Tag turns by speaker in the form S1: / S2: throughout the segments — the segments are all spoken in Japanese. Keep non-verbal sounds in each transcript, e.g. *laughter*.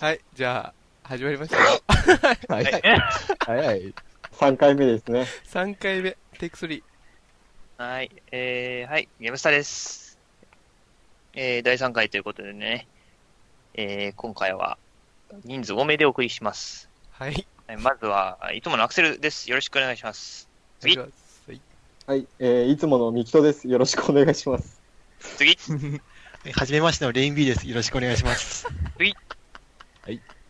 S1: はい、じゃあ、始まりました。
S2: はい
S3: はい。
S2: 早い。
S4: 3回目ですね。
S1: 3回目、テイク3。
S3: はい、えー、はい、ゲームスタです。えー、第3回ということでね、えー、今回は人数多めでお送りします。
S1: はい。
S3: はいまずは、いつものアクセルです。よろしくお願いします。
S1: お願い
S3: 次
S1: し、ますはい
S4: はい、えー、いつものミキトです。よろしくお願いします。
S5: *laughs*
S3: 次、
S5: はじめましてのレインビーです。よろしくお願いします。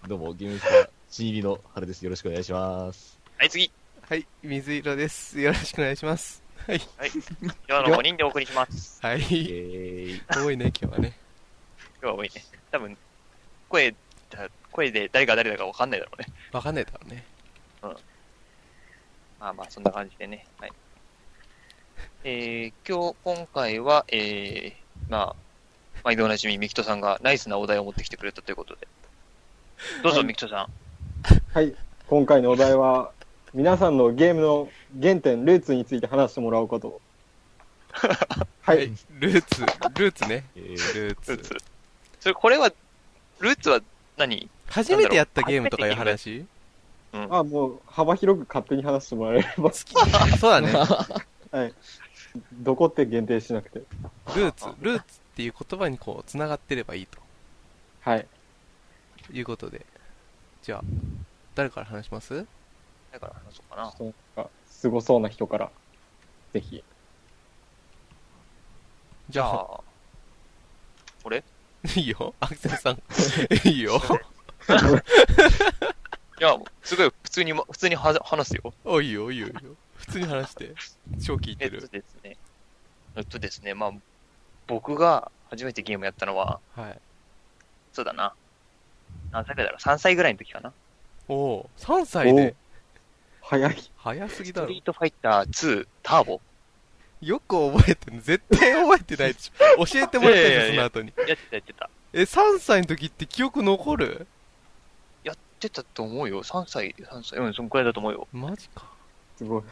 S2: どうも、ゲームスター、新入りの春です。よろしくお願いします。
S3: はい、次、
S1: はい、水色です。よろしくお願いします。はい。
S3: 今日の5人でお送りします。
S1: は
S2: え
S1: い。
S2: ー、
S1: 多いね、今日はね。
S3: 今日は多いね。多分、声だ、声で誰が誰だかわかんないだろうね。
S1: わかんないだろうね。
S3: まあまあ、そんな感じでね。はい。えー、今日、今回は、えー、まあ、毎度おなじみ、ミキトさんがナイスなお題を持ってきてくれたということで。どうぞ、
S4: はい
S3: ミキトさん。
S4: はい、今回のお題は、皆さんのゲームの原点、ルーツについて話してもら
S1: *laughs*
S4: うこと。は
S1: はい
S4: い、。
S1: ルーツ、ルーツね。
S2: えー、
S1: ルー
S3: ル
S1: ツ
S3: ー。ツ。それ、これは、ルーツは何
S1: 初めてやったゲームとかいう話
S4: あ、もう幅広く勝手に話してもらえれ
S1: *laughs* 好。
S4: ば
S1: き。そうだね。
S4: はい。どこって限定しなくて。
S1: ルーツ、ルーツっていう言葉にこう、繋がってればいいと
S4: はい。
S1: いうことで。じゃあ、誰から話します
S3: だから話そうかな。
S4: そうか、すごそうな人から、ぜ
S1: *laughs*
S4: ひ。
S1: じゃあ、
S3: あ、
S1: *laughs* いいよ。アクセルさん。いいよ。
S3: いや、すごい、普通にも、普通には話すよ。
S1: おいよ、いいよ、いいよ。普通に話して。超聞い
S3: え
S1: て
S3: っ
S1: る
S3: と。ですね。えっとですね、まあ、僕が初めてゲームやったのは、
S1: はい。
S3: そうだな。何歳ぐらいだろう ?3 歳ぐらいの時かな。
S1: おお3歳で。
S4: 早い。
S1: 早すぎ
S3: ス
S1: だ
S3: ト
S1: ろ
S3: リー。トファイター2ターボ
S1: よく覚えてるの絶対覚えてないでしょ。教えてもらった
S3: い
S1: で
S3: や
S1: しょ、
S3: いや
S1: その後
S3: いや
S1: に。
S3: やってたやってた。
S1: え、3歳の時って記憶残る
S3: やってたと思うよ。3歳、3歳。うん、そんくらいだと思うよ。
S1: マジか。
S4: すごい。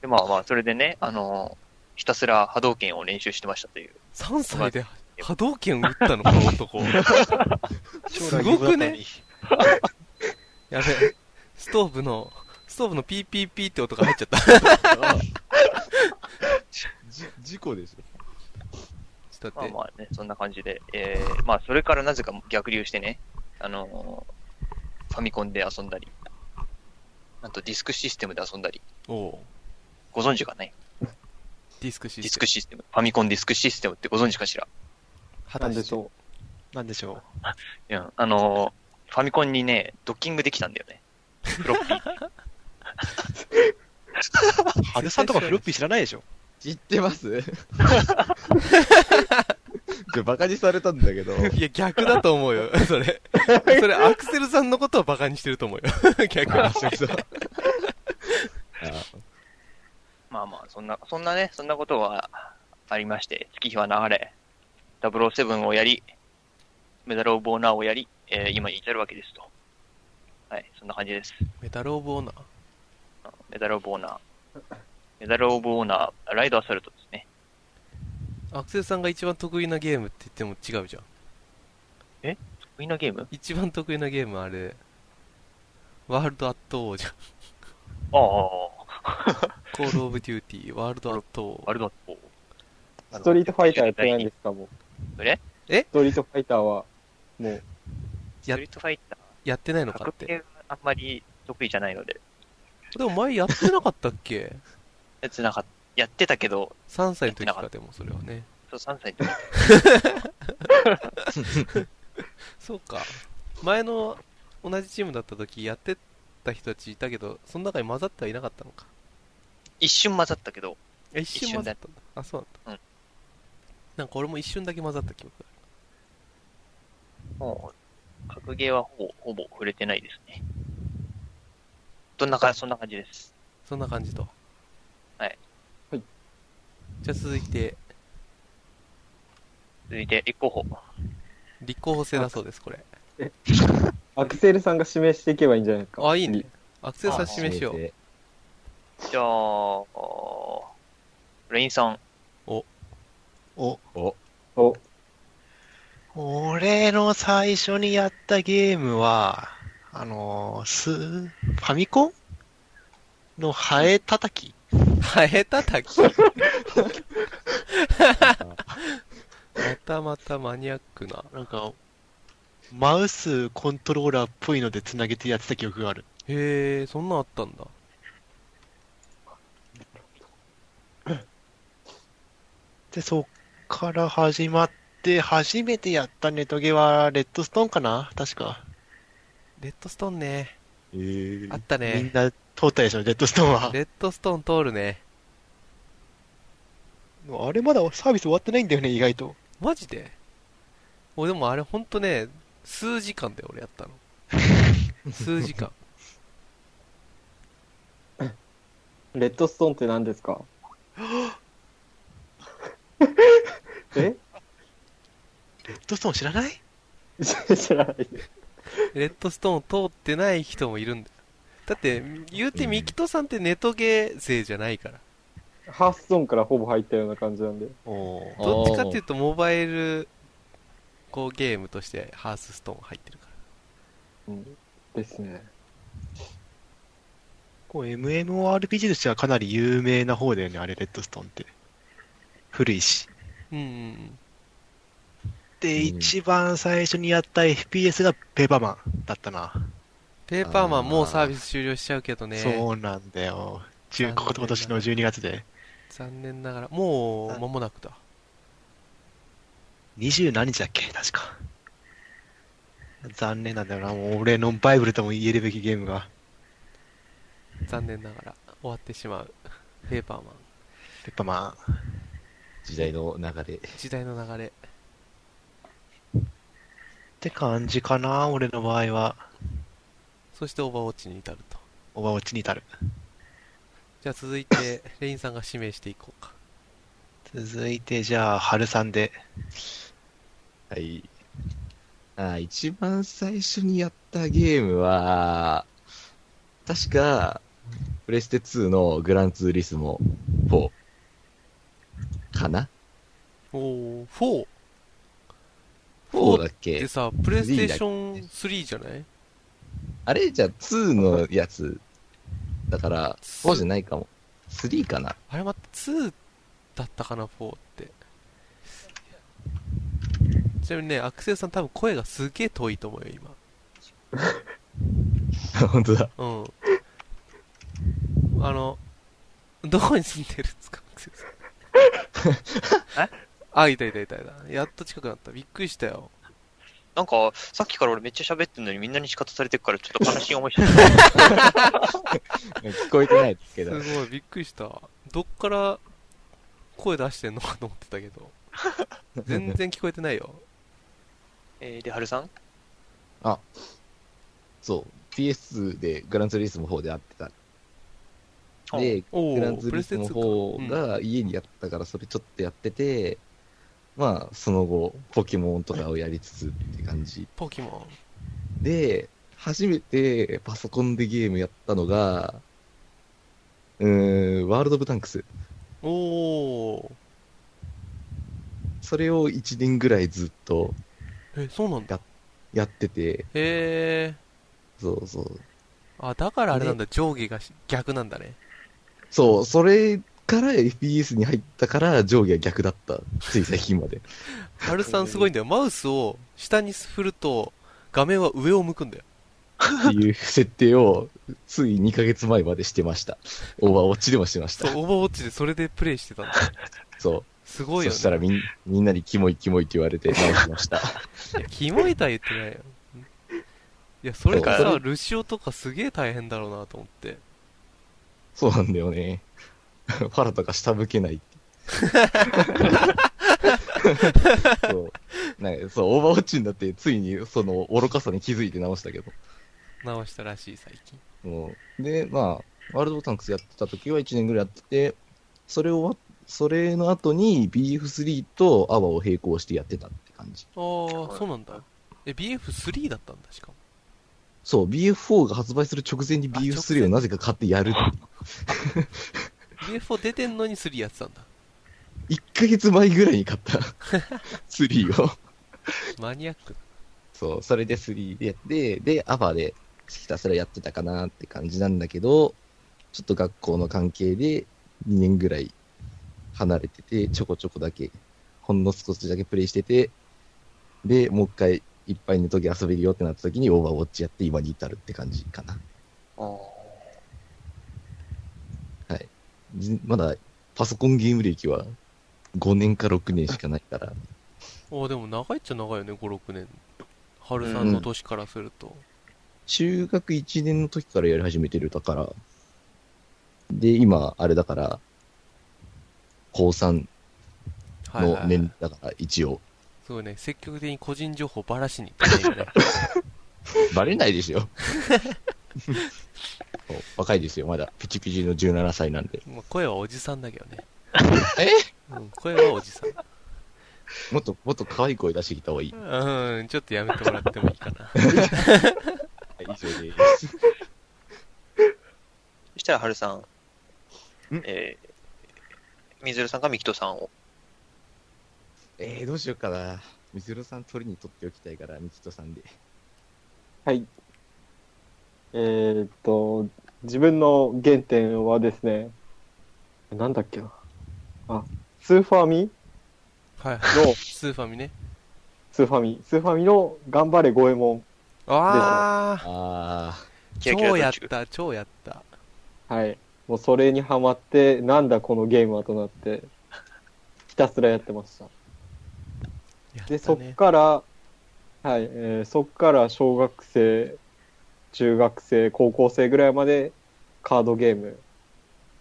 S3: で、まあまあ、それでね、あのひたすら波動拳を練習してましたという。
S1: 3歳で波動拳打ったの、この男。すごくね。 *laughs* やべえ。ストーブの、ストーブのピーピーピーって音が入っちゃった。ちょ
S2: *laughs* じ、事故ですよ。
S1: っと
S3: ま
S1: 待っ
S3: あ
S1: て。
S3: まあね、そんな感じで。えー、まあ、それからなぜか逆流してね、あのファミコンで遊んだり、あとディスクシステムで遊んだり、
S1: おお
S3: ご存知かね
S1: ディスクシ
S3: ディス
S1: ス
S3: ク
S1: テ
S3: システム。ファミコンディスクシステムってご存知かしら
S5: 果
S4: な
S5: た
S4: んで
S5: し。
S4: してょ
S5: なんでしょ
S3: うん、あのーファミコンにね、ドッキングできたんだよね。フロッピー。
S5: う。ハルさんとかフロッピー知らないでしょ。
S2: 知ってますこれ、バカにされたんだけ
S1: *laughs*
S2: ど、
S1: ム。いや、逆だと思う *laughs* よ、それ。それ、アクセルさんのことをバカにしてると思うよ。 *laughs* 逆
S2: あ、そうそう。あ
S3: まあまあ、そんな、そんなね、そんなことはありまして、月日は流れ、007をやり、メダルオブオーナーをやり、えー今に至るわけですと。はい、そんな感じです。
S1: メタルオブオーナー。
S3: あのメダルオブオーナー。メダルオブオーナー、ライドアサルトですね。
S1: アクセルさんが一番得意なゲームって言っても違うじゃん。
S3: ウィンナーゲーム
S1: 一番得意なゲームあれ、ワールドアット王じゃん。
S3: ああ、
S1: コールオブデューティー、ワールドアット
S3: あ
S1: 王。
S3: れだと。
S4: う。ストリートファイターやってないんですすか、もう。
S3: え
S1: え
S4: ストリートファイターは、もう、
S3: ストリートファイタ
S1: やってない
S3: ー、
S1: のかっ
S3: 格
S1: て。
S3: ゲーがあんまり得意じゃないので、
S1: でも *laughs* 前やってなかったっけ
S3: やってなかっやってたけど、
S1: ?3 歳の時
S3: やってなか
S1: か
S3: っ、
S1: でもそれはね。
S3: そう3歳の時
S1: そうか。前の同じチームだった時やってた人たちいたけど、その中に混ざってはいなかったのか。
S3: 一瞬混ざったけど、
S1: え一瞬混ざったんだ。あ、そうなんだ。なんか俺も一瞬だけ混ざった記憶がある。
S3: もう、格ゲーはほぼ、ほぼ触れてないですね。どんなか、そんな感じです。
S1: そんな感じと。
S3: はい。
S4: はい。
S1: じゃあ続いて、
S3: 続いて、立候補。
S1: 立候補制だそうです、これ。
S4: アクセルさんが指名していけばいいんじゃないですか。
S1: あ、いいね。。アクセルさん指名しよう。
S2: う。
S3: じゃあ、あーレインさん。
S5: お、
S2: お、
S4: お、
S5: 俺の最初にやったゲームは、あのースー、ファミコンのハエ叩き
S1: ハエたたきまたまたマニアックな。
S5: なんか、マウスコントローラーっぽいので繋げてやってた記憶がある。
S1: へえ、そんなんあったんだ。
S5: で、そっから始まって、初めてやったネトゲは、レッドストーンかな確か。
S1: レッドストーンね。
S2: えー
S1: あった
S5: みん
S1: ね。
S5: な通ったでしょ、レッドストーンは。
S1: レッドストーン通るね。
S5: あれまだサービス終わってないんだよね、意外と。
S1: マジで俺でもあれほんとね、数時間だよ、俺やったの。数時間。
S4: レッドストーンって何ですかえ
S5: レッドストーン知らない
S4: 知らないです。
S1: レッドストーン通ってない人もいるんだよ。だって、言うてミキトさんってネトゲー勢じゃないから。
S4: ハーストーンからほぼ入ったような感じなんで。
S5: おー
S1: どっちかっていうと、モバイル、こうゲームとしてハースストーン入ってるから。
S4: ですね。
S5: こう MMORPG としてはかなり有名な方だよね、あれ、レッドストーンって。古いし。
S1: うんうんうん。
S5: で、
S2: うん
S5: 一番最初にやった FPS がペーパーマンだったな。
S1: ペーパーマ
S2: あ
S1: ン
S2: ー
S1: もうサービス終了しちゃうけどね。
S5: そうなんだよ。
S1: 残念
S5: 10
S1: だな
S5: 今年の12月で。
S1: 残念ながら、もう間もなくだ。
S5: 20何日だっけ確か。残念なんだよな。もう俺のバイブルとも言えるべきゲームが。
S1: 残念ながら終わってしまう。ペーパーマン。
S5: ペッパーマン。
S2: 時代の中で。
S1: 時代の流れ。
S5: って感じかな。俺の場合は。
S1: そしてオーバーウォッチに至ると。
S5: オーバーウォッチに至る。
S1: じゃあ続いて、レインさんが指名していこうか。
S5: 続いて、じゃあ、春さんで。
S2: はい。あー一番最初にやったゲームは、確か、プレステ2のグランツーリスモ4かな
S1: おー、4!
S2: 4だっ
S1: で
S2: け
S1: さ、プレイステーション3じゃない
S2: あれじゃあ2のやつ。だから、4じゃないかも。3かな *laughs*
S1: あれ待って、2だったかな、4って。ちなみにね、アクセルさん多分声がすげえ遠いと思うよ、今。
S2: 本当だ。
S1: うん。あの、どこに住んでるんですか、アクセル
S2: *laughs*
S1: さん。
S3: え
S1: あ、いたいたいたいた。やっと近くなった。びっくりしたよ。
S3: なんか、さっきから俺めっちゃ喋ってんのにみんなに仕方されてるからちょっと悲しい思いしちゃ *laughs* った。
S2: 聞こえてないですけ
S1: す
S2: ど。
S1: ごい、びっくりした。どっから声出してんのかと思ってたけど。全然聞こえてないよ。
S3: えー、で、はるさん
S2: そう。PS2 でグランツーリスモ4で会ってた。で、
S1: お
S2: グラン
S1: ー
S2: ツー
S1: プレ
S2: リ
S1: ステ
S2: ス
S1: 2
S2: モ
S1: か
S2: 4が家にあったから、それちょっとやってて、まあ、その後、ポケモンとかをやりつつって感じ。
S1: ポケモ
S2: で、初めてパソコンでゲームやったのが、うーん、ワールド・オブ・タンクス。
S1: ン。おー。
S2: それを1年ぐらいずっと
S1: え、そうなんだ。
S2: やってて、
S1: へえ。
S2: そうそう。
S1: あ、だからあれなんだ、上下がし逆なんだね。
S2: そう、それから FPS に入ったから上下は逆だった。つい最近まで。
S1: ハルさんすごいんだよ。マウスを下に振ると、画面は上を向くんだよ。
S2: っていう設定を、つい2ヶ月前までしてました。オーバーウォッチでもしてました
S1: そう、。オーバーウォッチでそれでプレイして *laughs* たんだ。
S2: そう。
S1: すごいよ
S2: そした
S1: ね。
S2: らみんみんなにキモいキモいって言われて直しま
S1: *laughs*
S2: した。
S1: いや、キモいとは言ってないよ。いや、それが
S2: そ
S1: さ、
S2: う
S1: ルシオとかすげえ大変だろうなと思って。
S2: そうなんだよ
S1: *laughs*
S2: ね。パラとか下向けないって。そう。なんか、そう、オーバーウォッチになって、ついにその愚かさに気づいて直したけど。
S1: 直したらしい、最近。
S2: もうで、まあ、ワールドオブタンクスやってた時は1年ぐらいやってて、それをわ、それの後に BF3 とアワを並行してやってたって感じ。
S1: あー、そうなんだ。え、BF3 だったんだ、しかも。
S2: そう、BF4 が発売する直前に
S1: あ直
S2: BF3
S1: 前
S2: をなぜか買ってやるっていう。
S1: BF4 出てんのに3やってたんだ。
S2: 1ヶ月前ぐらいに買った3を。
S1: マニアック。
S2: そう、それで3でやって、で、アバでひたすらやってたかなって感じなんだけど、ちょっと学校の関係で2年ぐらい離れてて、ちょこちょこだけ、ほんの少しだけプレイしてて、で、もう一回いっぱいの時遊べるよってなった時にオーバーウォッチやって今に至るって感じかな。はい。じまだパソコンゲーム歴は5年か6年しかないから、
S1: おーでも長いっちゃ長いよね、5、6年。春さんの年からすると。
S2: 中学1年の時からやり始めてるだから、で、今、あれだから、高3
S1: はいはい
S2: の
S1: は
S2: 年
S1: い。
S2: だから一応、
S1: そうね、積極的に個人情報ばらしに行ってないよね。
S2: バレないです *laughs* よ。そう若いですよ、まだ。ピチピチの17歳なんで。
S1: まあ声はおじさんだけどね。
S2: え
S1: うん、声はおじさん。
S2: もっと、もっと可愛い声出してきた方がいい。
S1: うん、ちょっとやめてもらってもいいかな。
S2: はい、以上です。
S3: そしたら、春さん
S2: ん、
S3: えー、みずるさんかみきとさんを。
S2: *laughs* えー、どうしようかな。みつるさん取りに取っておきたいから、みきとさんで。
S4: はい。えーっと、自分の原点はですね、なんだっけな。あ、スーファミ
S1: はいはい。
S4: の、
S1: スーファミね。
S4: スーファミ、スーファミの頑張れゴエモ
S1: あ
S2: あ
S1: ー、
S3: キラキラ
S1: 超やっ
S3: 道中
S1: た、超やった。
S4: ン。はい。もうそれにハマって、なんだこのゲームはとなって、ひたすらやってました。
S1: やった
S4: で、そっ
S1: ね。
S4: から、はい、えーそっから小学生、中学生、高校生ぐらいまでカードゲーム。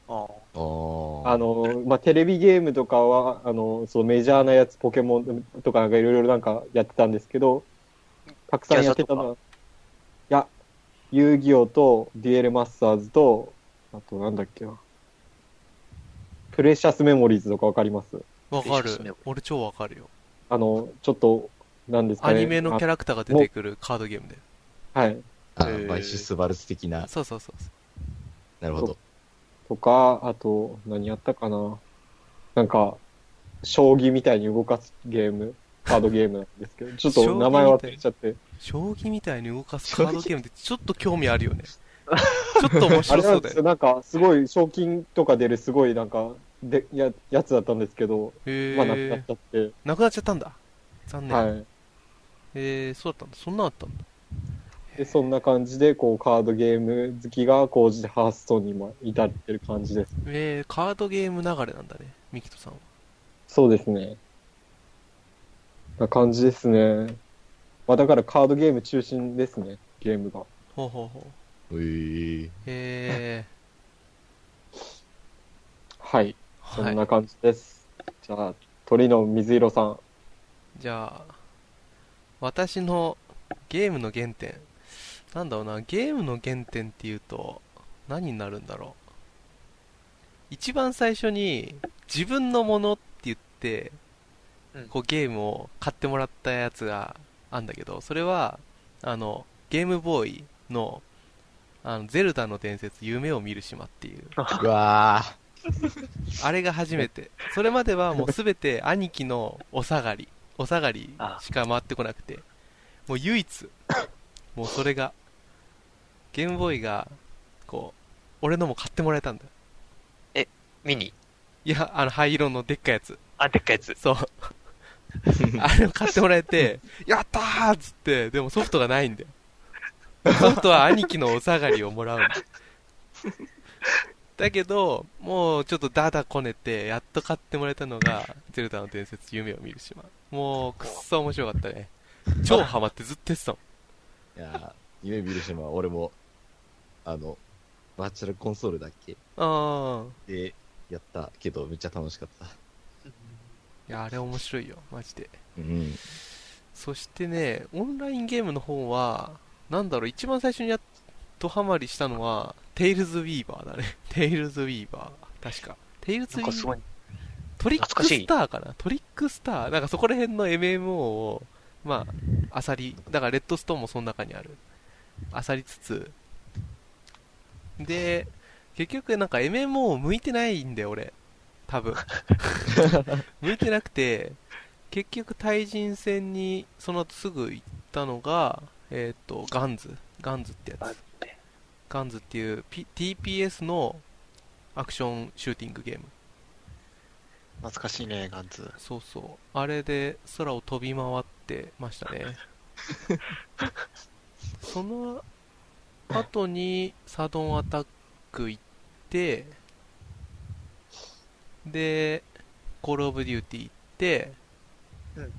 S3: あ
S2: ー。おー
S4: あ、の、まあ、テレビゲームとかは、あの、そうメジャーなやつ、ポケモンとかなんかいろいろなんかやってたんですけど、たくさんやってたのは、いや、遊戯王とデュエルマスターズと、あとなんだっけな。プレシャスメモリーズとかわかります
S1: わか
S3: 嬉しいですね
S1: る。俺超わかるよ。
S4: あの、ちょっと、なんですか
S1: ア
S4: ね。
S1: ニメのキャラクターが出てくるカードゲームだよ。
S4: あはい。
S2: あ
S3: えー
S2: バイシスバルス的な。
S1: そうそうそうそう。
S2: なるほど。
S4: とか、あと、何やったかな。なんか、将棋みたいに動かすゲーム、カードゲームなんです
S1: *laughs*
S4: けど、ちょっと名前忘れちゃって。
S1: 将棋みたいに動かすカードゲームってちょっと興味あるよ
S4: *laughs*
S1: ね。ちょっと面
S4: あ
S1: 白
S4: れな
S1: そうんだ
S4: です
S1: よ
S4: よ、。なんか、すごい、賞金とか出る、すごい、なんか、で、や、やつだったんですけど、
S1: へ
S4: まあ、なくなっ
S1: え
S4: ち。ゃって、
S1: なくなっちゃったんだ。残念。
S4: は
S1: えー、そうだったんだ。そんなんあったんだ。
S4: い。で、そんな感じで、こう、カードゲーム好きが、こうじてハーストーンに今、至ってる感じです。
S1: えー、カードゲーム流れなんだね。ミキトさんは。
S4: そうですね。な感じですね。まあ、だから、カードゲーム中心ですね、ゲームが。
S1: ほうほうほう。
S2: へー。
S1: え
S4: はい。
S1: ー、
S4: *laughs* そん
S1: は
S4: な感じです。じゃあ、鳥の水色さん。
S1: い。じゃあ、私のゲームの原点。なんだろうな、ゲームの原点っていうと、何になるんだろう。一番最初に、自分のものって言って、
S3: うん
S1: こうゲームを買ってもらったやつがあんだけど、それは、あの、ゲームボーイの、あの、ゼルダの伝説、夢を見る島っていう。
S2: うわー。
S1: あれが初めて。それまではもうすべて兄貴のお下がり、お下がりしか回ってこなくて、もう唯一、もうそれが、ゲームボーイが、こう、俺のも買ってもらえたんだ。
S3: ミニ。
S1: いや、あの灰色のでっかいやつ。
S3: あ、でっかいやつ。
S1: そう。あれを買ってもらえて、やったーっつって、でもソフトがないんだよ。ソフトは兄貴のお下がりをもらうんだ。だけど、もうちょっとダダこねて、やっと買ってもらえたのが、ゼルダの伝説、夢を見る島。もう、くっそ面白かったね。超ハマってずっとやってたもん。
S2: いやー、夢見る島は俺も、あの、バーチャルコンソールだっけ
S1: あー
S2: で、やったけど、めっちゃ楽しかった。
S1: いや、あれ面白いよ、マジで。
S2: うん。
S1: そしてね、オンラインゲームの方は、なんだろう、一番最初にやっとハマりしたのは、テイルズ・ウィーバーだね。 *laughs* テイルズ・ウィーバー。確か。テイルズ・ウ
S3: な
S1: ィ
S3: んかす
S1: ー
S3: ご
S1: バー
S3: い。
S1: トリック
S3: 懐かし
S1: ス
S3: い
S1: ターかなトリックスター。なんかそこら辺の MMO を、まあ、あさり、だからレッドストーンもその中にある。あさりつつ。で、結局なんか *laughs* MMO を向いてないんだよ、俺。多分。向いてなくて、結局対人戦にその後すぐ行ったのが、えっ、と、ガンズ。ガンズってや
S3: あっ
S1: つ。
S3: て。
S1: ガンズっていう、P、TPS のアクションシューティングゲーム。
S5: 懐かしいね、ガ
S1: *laughs*
S5: ンツ。
S1: そうそう。あれで空を飛び回ってました
S5: *laughs*
S1: ね。その後にサドンアタック行って、で、コールオブデューティー行って、
S5: うん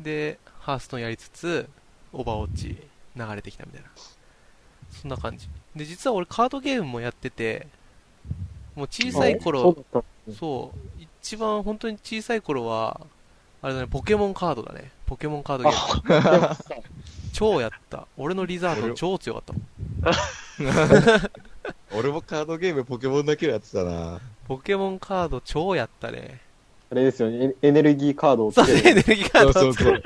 S1: で、ハーストンやりつつ、オーバーウォッチ流れてきたみたいな。そんな感じ。で、実は俺カードゲームもやってて、もう小さい頃、
S4: そうだっ
S1: そう、一番本当に小さい頃は、あれだね、ポケモンカードだね。ポケモンカードゲーム。 *laughs* 超やった。俺のリザードン超強かったもん。
S2: 俺もカードゲームポケモンだけやってたな。
S1: ポケモンカード超やったね。
S4: あれですよね。エエネルギーカードをつ
S1: そう、
S4: け
S1: エ
S4: る。
S1: ネルギーカ
S2: そ
S1: ー
S2: うそ
S1: ドを
S2: う
S1: 作
S2: そ
S1: る。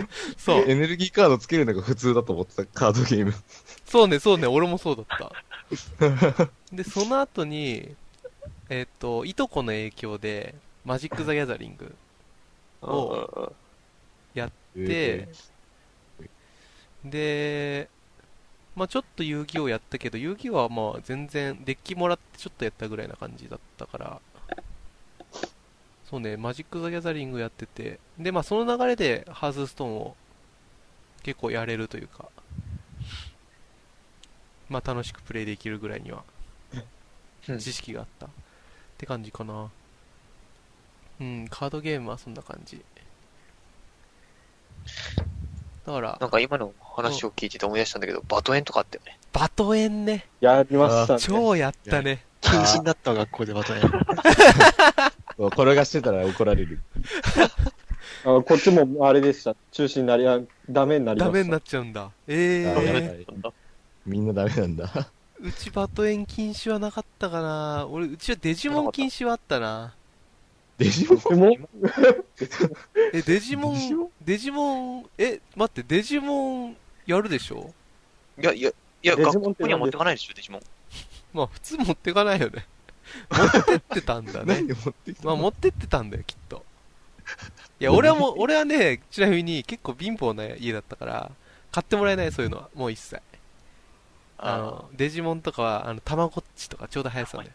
S2: う。
S1: そう、
S2: *laughs* エネルギーカードつけるのが普通だと思ってたカードゲーム。
S1: そうね、そうね、俺もそうだった。
S2: *laughs*
S1: で、その後に、えっ、と、いとこの影響で、マジック・ザ・ギャザリング
S3: お
S1: で、で、まあちょっと遊戯王やったけど、遊戯王はまあ全然、デッキもらってちょっとやったぐらいな感じだったから、そうね、マジック・ザ・ギャザリングやってて、で、まあその流れでハースストーンを結構やれるというか、まあ楽しくプレイできるぐらいには、
S5: うん
S1: 知識があったって感じかな。うん、カードゲームはそんな感じ。だから、
S3: なんか今の話を聞いてて思い出したんだけど、バトエンとかあったよね。
S1: バトエンね。
S4: やりましたね。
S1: 超やったね。
S5: 禁止になったわ学校でバトル。
S2: そう転がしてたら怒られる。
S4: あのこっちもあれでした。中止になり、あダメになりま
S1: ダ
S4: した。
S1: メになっちゃうんだ。え
S2: あやば
S1: え
S2: いみんなダメなんだ。
S1: うちバトエン禁止はなかったかな。俺、うちはデジモン禁止はあったな。
S2: デジモン
S4: でも、
S1: え、デジモ
S2: デジモン
S1: ン、デジモン、え、待って、デジモンやるでしょ
S3: いやいや、いや、
S4: デジ
S3: 学
S4: モンって何ですか
S3: 校には持ってかないでしょ、デジモン。
S1: まあ、普通持ってかないよね。 *laughs* 持ってってたんだね
S2: *laughs* 何。で持ってきた
S1: まあ、
S2: の
S1: 持ってってたんだよ、きっと。いや、俺はもう、俺はね、ちなみに結構貧乏な家だったから、買ってもらえない、そういうのは。もう一切。あの、デジモンとかは、あの、たまごっちとかちょうど流行ってたんだよ。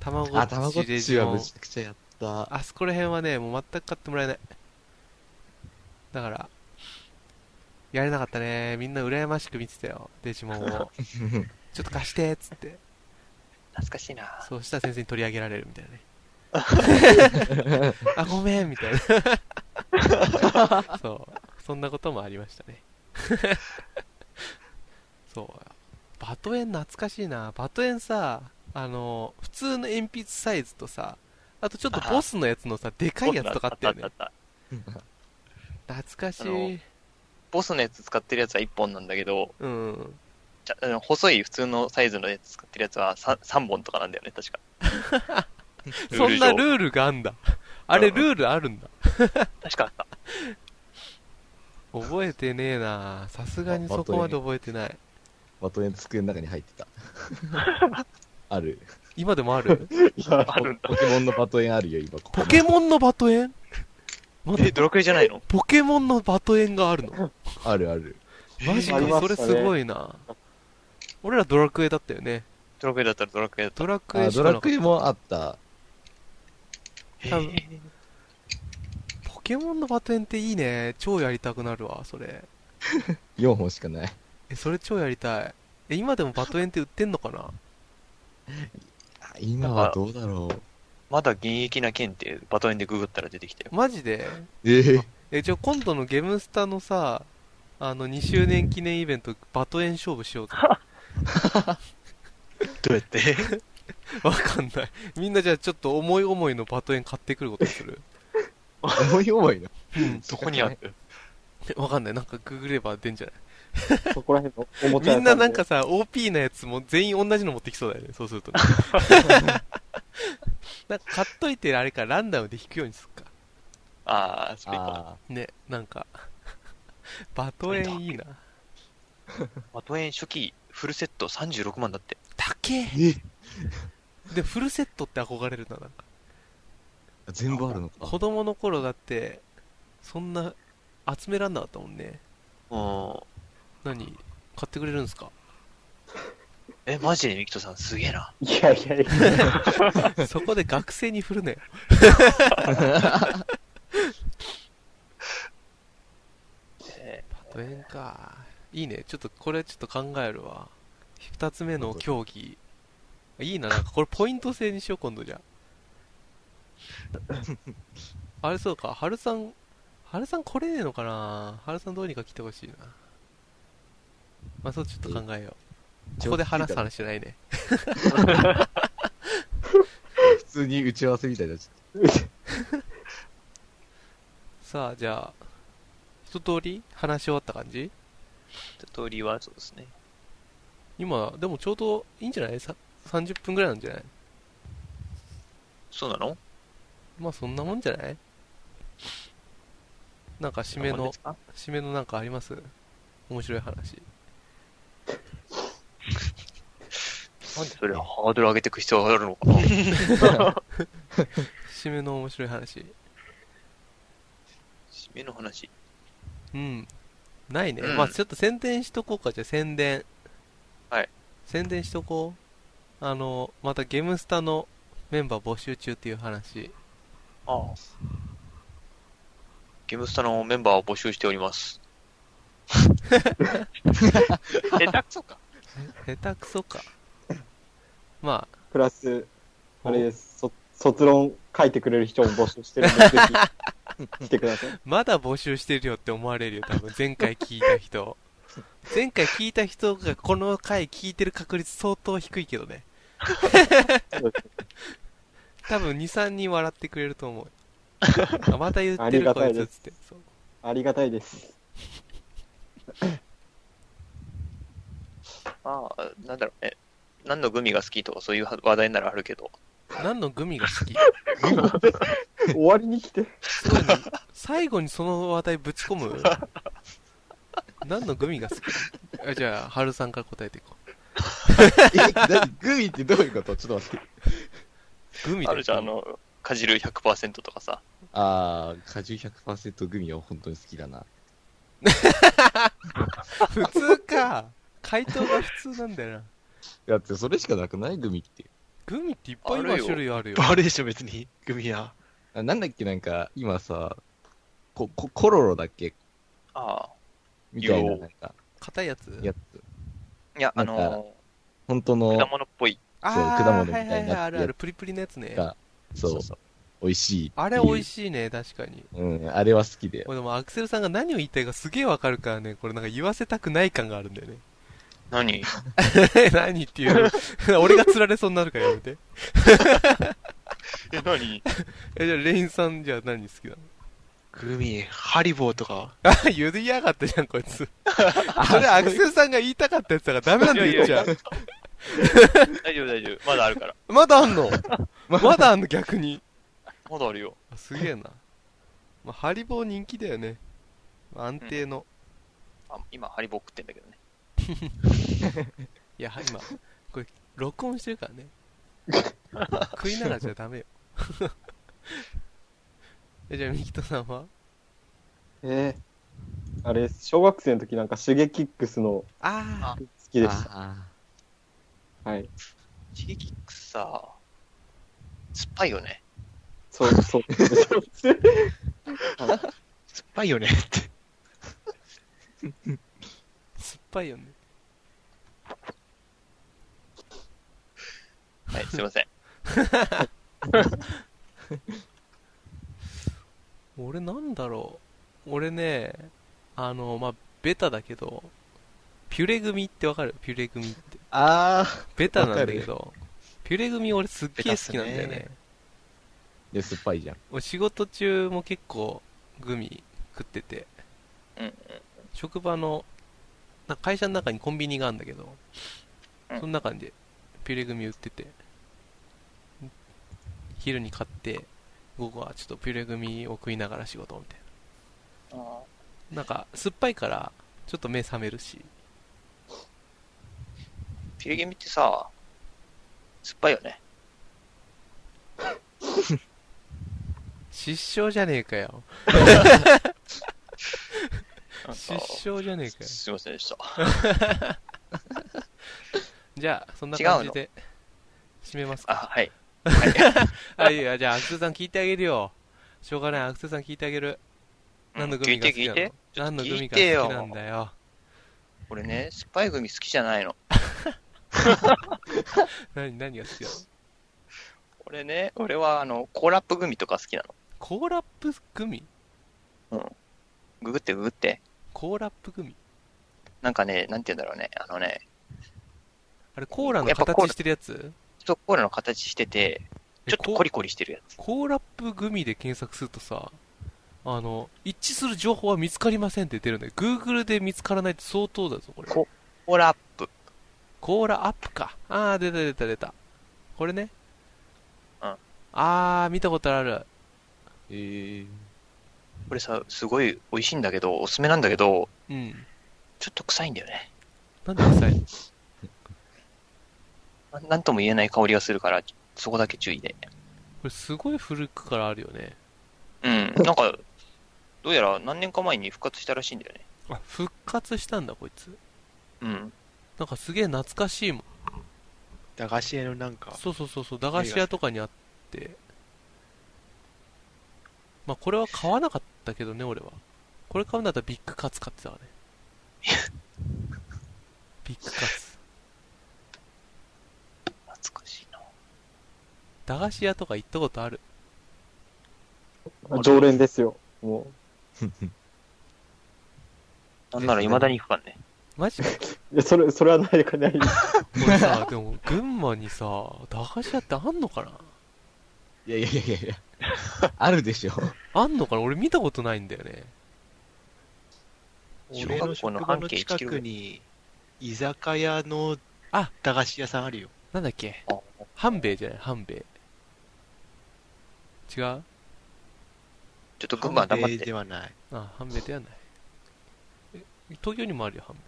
S1: たまご
S2: あ、たま
S1: っ
S2: ごっ
S1: ち、デ
S2: ち
S1: ジ
S2: は
S1: モ
S2: む
S1: ン。
S2: ちゃくちゃやった。
S1: あそこら辺はね、もう全く買ってもらえない。だから、やれなかったね。みんな羨ましく見てたよ、デジモン
S2: *laughs*
S1: を。ちょっと貸して、っつって。
S3: 懐かしいな。
S1: そうしたら先生に取り上げられるみたいなね。あ、ごめん、みたいな。そう。そんなこともありましたね。 *laughs* そう。バトエン懐かしいな。バトエンさ、あの、普通の鉛筆サイズとさ、あとちょっとボスのやつのさ、でかいやつとかあったよね
S3: あ。ったあった
S1: 懐かし
S3: あの
S1: い。
S3: ボスのやつ使ってるやつは1本なんだけど、
S1: うん。
S3: ちゃあの細い普通のサイズのやつ使ってるやつは 3, 本とかなんだよね、確か。
S1: *laughs* そんなル
S3: ール
S1: ールがあんだ。あれ、
S3: うん
S1: ルールあるんだ。
S3: 上確かあった。
S1: 覚えてねえな。さすがにそこまで覚えてない。
S2: バトエン机の中に入ってた。
S1: *laughs*
S2: ある。
S1: 今でもある
S3: あるんだ。
S2: ポケモンのバトエンあるよ、今ここ
S1: ポケモンのバトエン待っ
S3: え、
S1: て、
S3: ドラクエじゃないの
S1: ポケモンのバトエンがあるの
S2: あるある。
S1: マジ
S4: あ
S1: か
S4: り、ま
S1: それ
S4: したね
S1: すごいな。俺らドラクエだったよね。
S3: ドラクエだったらドラクエだった。
S1: ドラクエ
S2: あ、
S1: しか
S2: ド
S1: な
S2: ラクエもあった。
S1: 多分ポケモンのバトエンっていいね。超やりたくなるわ、それ。
S2: 4本しかない。
S1: え、それ超やりたい。え、今でもバトエンって売ってんのかな
S2: あ今はどうだろう。
S3: まだ現役な剣ってバトエンでググったら出てきたよ。
S1: マジで
S2: えー
S1: え、じゃあ今度のゲームスタのさ、あの2周年記念イベント、バトエン勝負しよう
S4: *laughs*
S1: ぜ。
S5: どう
S3: *laughs*
S5: やって
S1: わかんない。みんなじゃあちょっと思い思いのバトエン買ってくることにする。
S2: 重い重いな。
S3: どこに
S1: *laughs*
S3: ある
S1: わかんない。なんかググれば出んじゃない
S4: そこら辺のおもち
S1: み
S4: ゃ屋さ
S1: んななん
S4: で
S1: かさ、OP なやつも全員同じの持ってきそうだよね。そうするとね。なんか買っといてあれか、ランダムで引くようにすっか。
S3: ああ、それか。
S2: あ
S1: ね、なんか。バトエンいいな。
S3: バトエン初期フルセット36万だって。
S1: だけ
S2: え
S1: で、フルセットって憧れるな、なんか。
S2: 全部あるのか。
S1: 子供の頃だって、そんな集めらんなかったもんね
S3: うん。
S1: 何買ってくれるんですか
S3: え、マジでミキトさんすげえな。
S4: いやいやいや。
S1: *laughs* そこで学生に振るなよ
S3: え
S1: パトエンかいいねちょっとこれちょっと考えるわ2つ目の競技いいななんかこれポイント制にしよう今度じゃああれそうか春さん春さん来れねえのかな春さんどうにか来てほしいなまあそうちょっと考えようここで話す話じゃないね
S2: 普通に打ち合わせみたいになっちゃっ
S1: さあじゃあ一通り話し終わった感じ
S3: ー、一通りはそうですね。
S1: 今でもちょうどいいんじゃないさ30分ぐらいなんじゃない
S3: そうなの
S1: まあそんなもんじゃないなんか締め
S3: そんなもん
S1: の
S3: ですか
S1: 締めのなんかあります面白い話
S3: なんでそれハードル上げていく必要があるのかな
S1: 締めの面白い話
S3: 締めの話。
S1: うんないね、
S3: うん
S1: まあちょっと宣伝しとこうかじゃあ宣伝
S3: はい
S1: 宣伝しとこうあのまたゲームスタのメンバー募集中っていう話
S3: ああ。ゲームスタのメンバーを募集しております。え、だそうか。
S1: 下手くそかまあ
S4: プラス、あれです。そ卒論書いてくれる人も募集して
S1: *laughs*
S4: るんで、ぜひ、来てください。
S1: まだ募集してるよって思われるよ、多分。前回聞いた人。前回聞いた人がこの回聞いてる確率相当低いけどね。多分2、3人笑ってくれると思う。あまた言っ
S4: あ
S1: て
S4: り
S1: る
S4: が
S1: こ
S4: た
S1: い
S4: い
S1: つ
S4: で
S1: っ
S4: す
S1: つって。そう
S4: ありがたいです。
S3: ああ、なんだろうね。何のグミが好きとかそういう話題ならあるけど。
S1: 何のグミが好き
S4: 終わりに来て。
S1: すごいね最後にその話題ぶち込む何のグミが好きあじゃあ、春さんから答えていこ
S2: *laughs* た。え、なグミってどういうことちょっと待って。
S1: う。グミだ
S3: あ
S1: よ
S3: るじゃん、あの、かじる100%とかさ。
S2: あー、果汁100%グミは本当に好きだな。
S1: 普通か。回答が普通なんだよな。
S2: だってそれしかなくないグミって。
S1: グミっていっぱい今
S3: あるよ
S1: 種類あるよ。
S5: あるでしょ、別に。グミや。
S2: あなんだっけなんか、今さ、こ、こ、コロロだっけ
S3: あ
S2: みたい
S3: よ
S2: な、
S3: う
S2: なんか、
S1: 硬いやつ
S2: やつ。
S3: あ。いや、あ
S2: なん
S3: の
S2: 本当
S3: ー、果
S2: の、
S3: 物っぽい。
S1: あ
S2: そう
S1: ー
S2: 果物みたいにな
S1: はいはいはい、あるあ
S2: や
S1: る、
S2: つ
S1: プリプリのやつね。
S2: がそう、美味しい。
S1: あれ美味
S2: い
S1: しいね、確かに。
S2: う。うん、あれは好きで。
S1: 俺でもアクセルさんが何を言いたいかすげえわかるからね、これなんか言わせたくない感があるんだよね。 *laughs*
S3: 何
S1: 何っていう。 *laughs* 俺が釣られそうになるからやめて。
S3: *laughs*
S1: *laughs*
S3: え、何
S1: え、じゃあレインさんじゃあ何好きなの *laughs*
S5: グミ、ハリボーとか。
S1: あ、言いやがったじゃん、
S2: *laughs*
S1: こいつ。それアクセルさんが言いたかったやつだからダメなんだよ、言っちゃう。
S3: 大丈夫、大丈夫。まだあるから。
S1: まだあん
S2: *laughs*
S1: のまだあんの、逆に。
S3: まだあるよ。
S1: あすげえな。まあ、ハリボー人気だよね。安定の。
S3: あ今、ハリボー食ってんだけどね。
S1: いや、今、これ、録音してる *laughs* からね。食いながらじゃダメよ。 *laughs* えじゃあ、ミキトさんは
S4: えーあれです。小学生の時なんか、シゲキックスの
S1: ああ、
S4: 好きでした。
S2: あ
S4: はい。
S3: シゲキックスさ、酸っぱいよね。
S4: そう、そう。
S5: 酸っぱいよねって。
S1: 酸っぱいよね。
S3: はい、すい *laughs* ません。
S1: 俺なんだろう。俺ね、あの、まあ、ベタだけど、ピュレ組ってわかるピュレ組って。
S2: ーあー。
S1: ベタなんだけど、ピュレ組俺すっげえ好きなんだよ
S5: ベタっす
S1: ね
S5: ね。
S2: で、酸っぱいじゃん。
S1: 俺仕事中も結構グミ食ってて、
S3: うんうん
S1: 職場のなんか会社の中にコンビニがあるんだけど、
S3: うん
S1: その中でピュレグミ売ってて昼に買って午後はちょっとピュレグミを食いながら仕事みたい
S3: あ
S1: ななんか酸っぱいからちょっと目覚めるし
S3: ピュレゲミってさ、酸っぱいよね。
S1: 失笑じゃねえか
S3: *laughs*
S1: よ。失笑じゃねえかよ。
S3: すいませんでした。
S1: じゃあ、そんな感じで、締めます
S3: あ、
S1: か。
S3: はい。
S1: あ、いいや、じゃあ、アクセさん聞いてあげるよ。しょうがない、アクセさん聞いてあげる。
S3: うん
S1: 何のグミが好
S3: 聞い
S1: き
S3: て
S1: な
S3: 聞いて
S1: の。何のグ
S3: 聞
S1: ミ
S3: い
S1: が
S3: てよ
S1: 好きなんだよ。
S3: 俺ね、スパイ組好きじゃないの。
S1: 何、何が好きなの
S3: 俺ね、俺はあの、コーラップ組とか好きな
S1: コーラップグミ
S3: の。うん。ググってググって。
S1: コーラップグミ
S3: なんかね、なんて言うんだろうね。あのね、
S1: あれ、コーラの
S3: やっぱコー
S1: 形
S3: ラ
S1: してるやつ
S3: ちょっとコーラの形してて、
S1: え
S3: ちょっと
S1: こ
S3: コリコリしてるやつ。
S1: コーラップグミで検索するとさ、あの、一致する情報は見つかりませんって出るんだよ。Google で見つからないって相当だぞ、これ。
S3: こコーラアップ。
S1: コーラアップか。あー、出た出た出た。これね。
S3: うん。
S1: あー、見たことある。
S2: ええ
S3: これさ、すごい美味しいんだけど、おすすめなんだけど、
S1: うん。
S3: ちょっと臭いんだよね。
S1: なんで臭い
S3: ななんとも言えない香りがするから、そこだけ注意で。
S1: これすごい古くからあるよね。 *laughs*
S3: うん。なんか、どうやら何年か前に復活したらしいんだよね。
S1: あ、復活したんだ、こいつ。
S3: うん。
S1: なんかすげえ懐かしいもん。
S5: *laughs* 駄菓子屋のなんか、
S1: そうそうそうそう、駄菓子屋とかにあって。まあ、これは買わなかったけどね、俺は。これ買うんだったらビッグカツ買って *laughs* たわね。ビッグカツ。
S3: 懐かしいな。
S1: 駄菓子屋とか行ったことある。
S4: *laughs* 常連ですよ。も
S3: なんなら未だに行くからね。
S1: マ *laughs* ジで
S4: う。いや、それ、それはないか *laughs* ないです。
S1: 俺さ、でも、群馬にさ、駄菓子屋ってあんのかな
S2: ー。いやいやいやいやあるでしょ。
S1: あんのかな俺見たことないんだよね。
S5: 俺の職場の近くに、居酒屋の
S1: あ
S5: 駄菓子屋さんあるよ。
S1: なんだっけ
S3: あ
S1: 半兵衛じゃない半兵衛。違う
S3: ちょっと群馬は
S5: 半
S3: 黙っ
S5: 兵衛
S3: て。
S5: では *laughs* ない。
S1: あ、半兵衛ではない。え東京にもあるよ、半兵衛。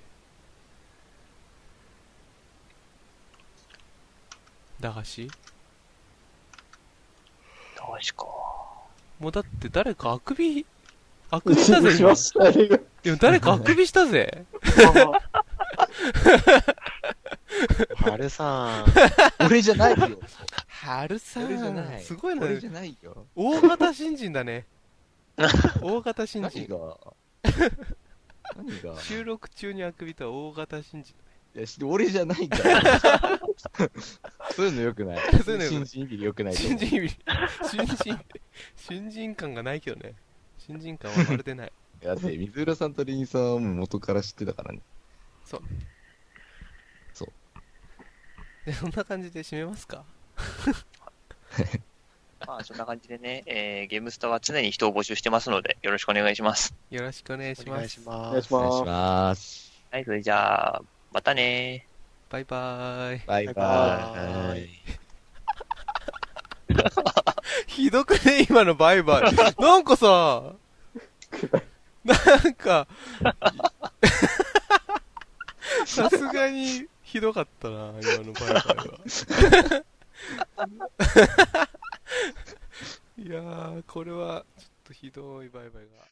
S1: 駄菓子
S3: 確か。
S1: もうだって誰かあくび、あく
S4: う
S1: びしたぜ、
S4: ちし
S1: 今
S4: ま。した *laughs* ね。
S1: でも誰かあくびしたぜ。
S5: あれさ、
S2: 俺じゃない
S1: *laughs*
S2: よ。
S1: 春さ
S2: 俺じゃない。
S1: すごいな。
S2: 俺じゃないよ。
S1: 大型新人だ
S2: *laughs*
S1: ね。大型新
S2: 何
S1: 人。 *laughs*
S2: が何が
S1: 収録中にあくびとは大型新人。
S2: いや、し俺じゃないから。
S1: *laughs*
S2: そういうの良くない。
S1: そういうの良くな
S2: 新
S1: い
S2: 人より良くないと
S1: 新
S2: 思う。
S1: 人より、新人、新人感がないけどね。新人感はまるでない。 *laughs*
S2: だって、水浦さんとリンさんはもう元から知ってたからね。
S1: でそんな感じで締めますか
S3: まあ、そんな感じでね、えー、ゲームスタは常に人を募集してますので、よろしくお願いします。
S1: よろしくお願いし
S5: お
S1: ま
S5: 願い
S1: す
S5: し。ま
S4: お願い。し
S5: す
S2: お願い
S4: ま
S2: し
S4: す。
S2: ます。
S3: はい、それじゃあ、またねー。
S1: バイバーイ。 *laughs*
S2: バイバイ。
S1: ひどくね、今のバイバ
S5: *laughs*
S1: イ。なんかさ、なん
S5: *laughs*
S1: か、さすがにひどかったな、今のバイバイは。
S5: *laughs*
S1: *laughs* いやー、これはちょっとひどいバイバイが。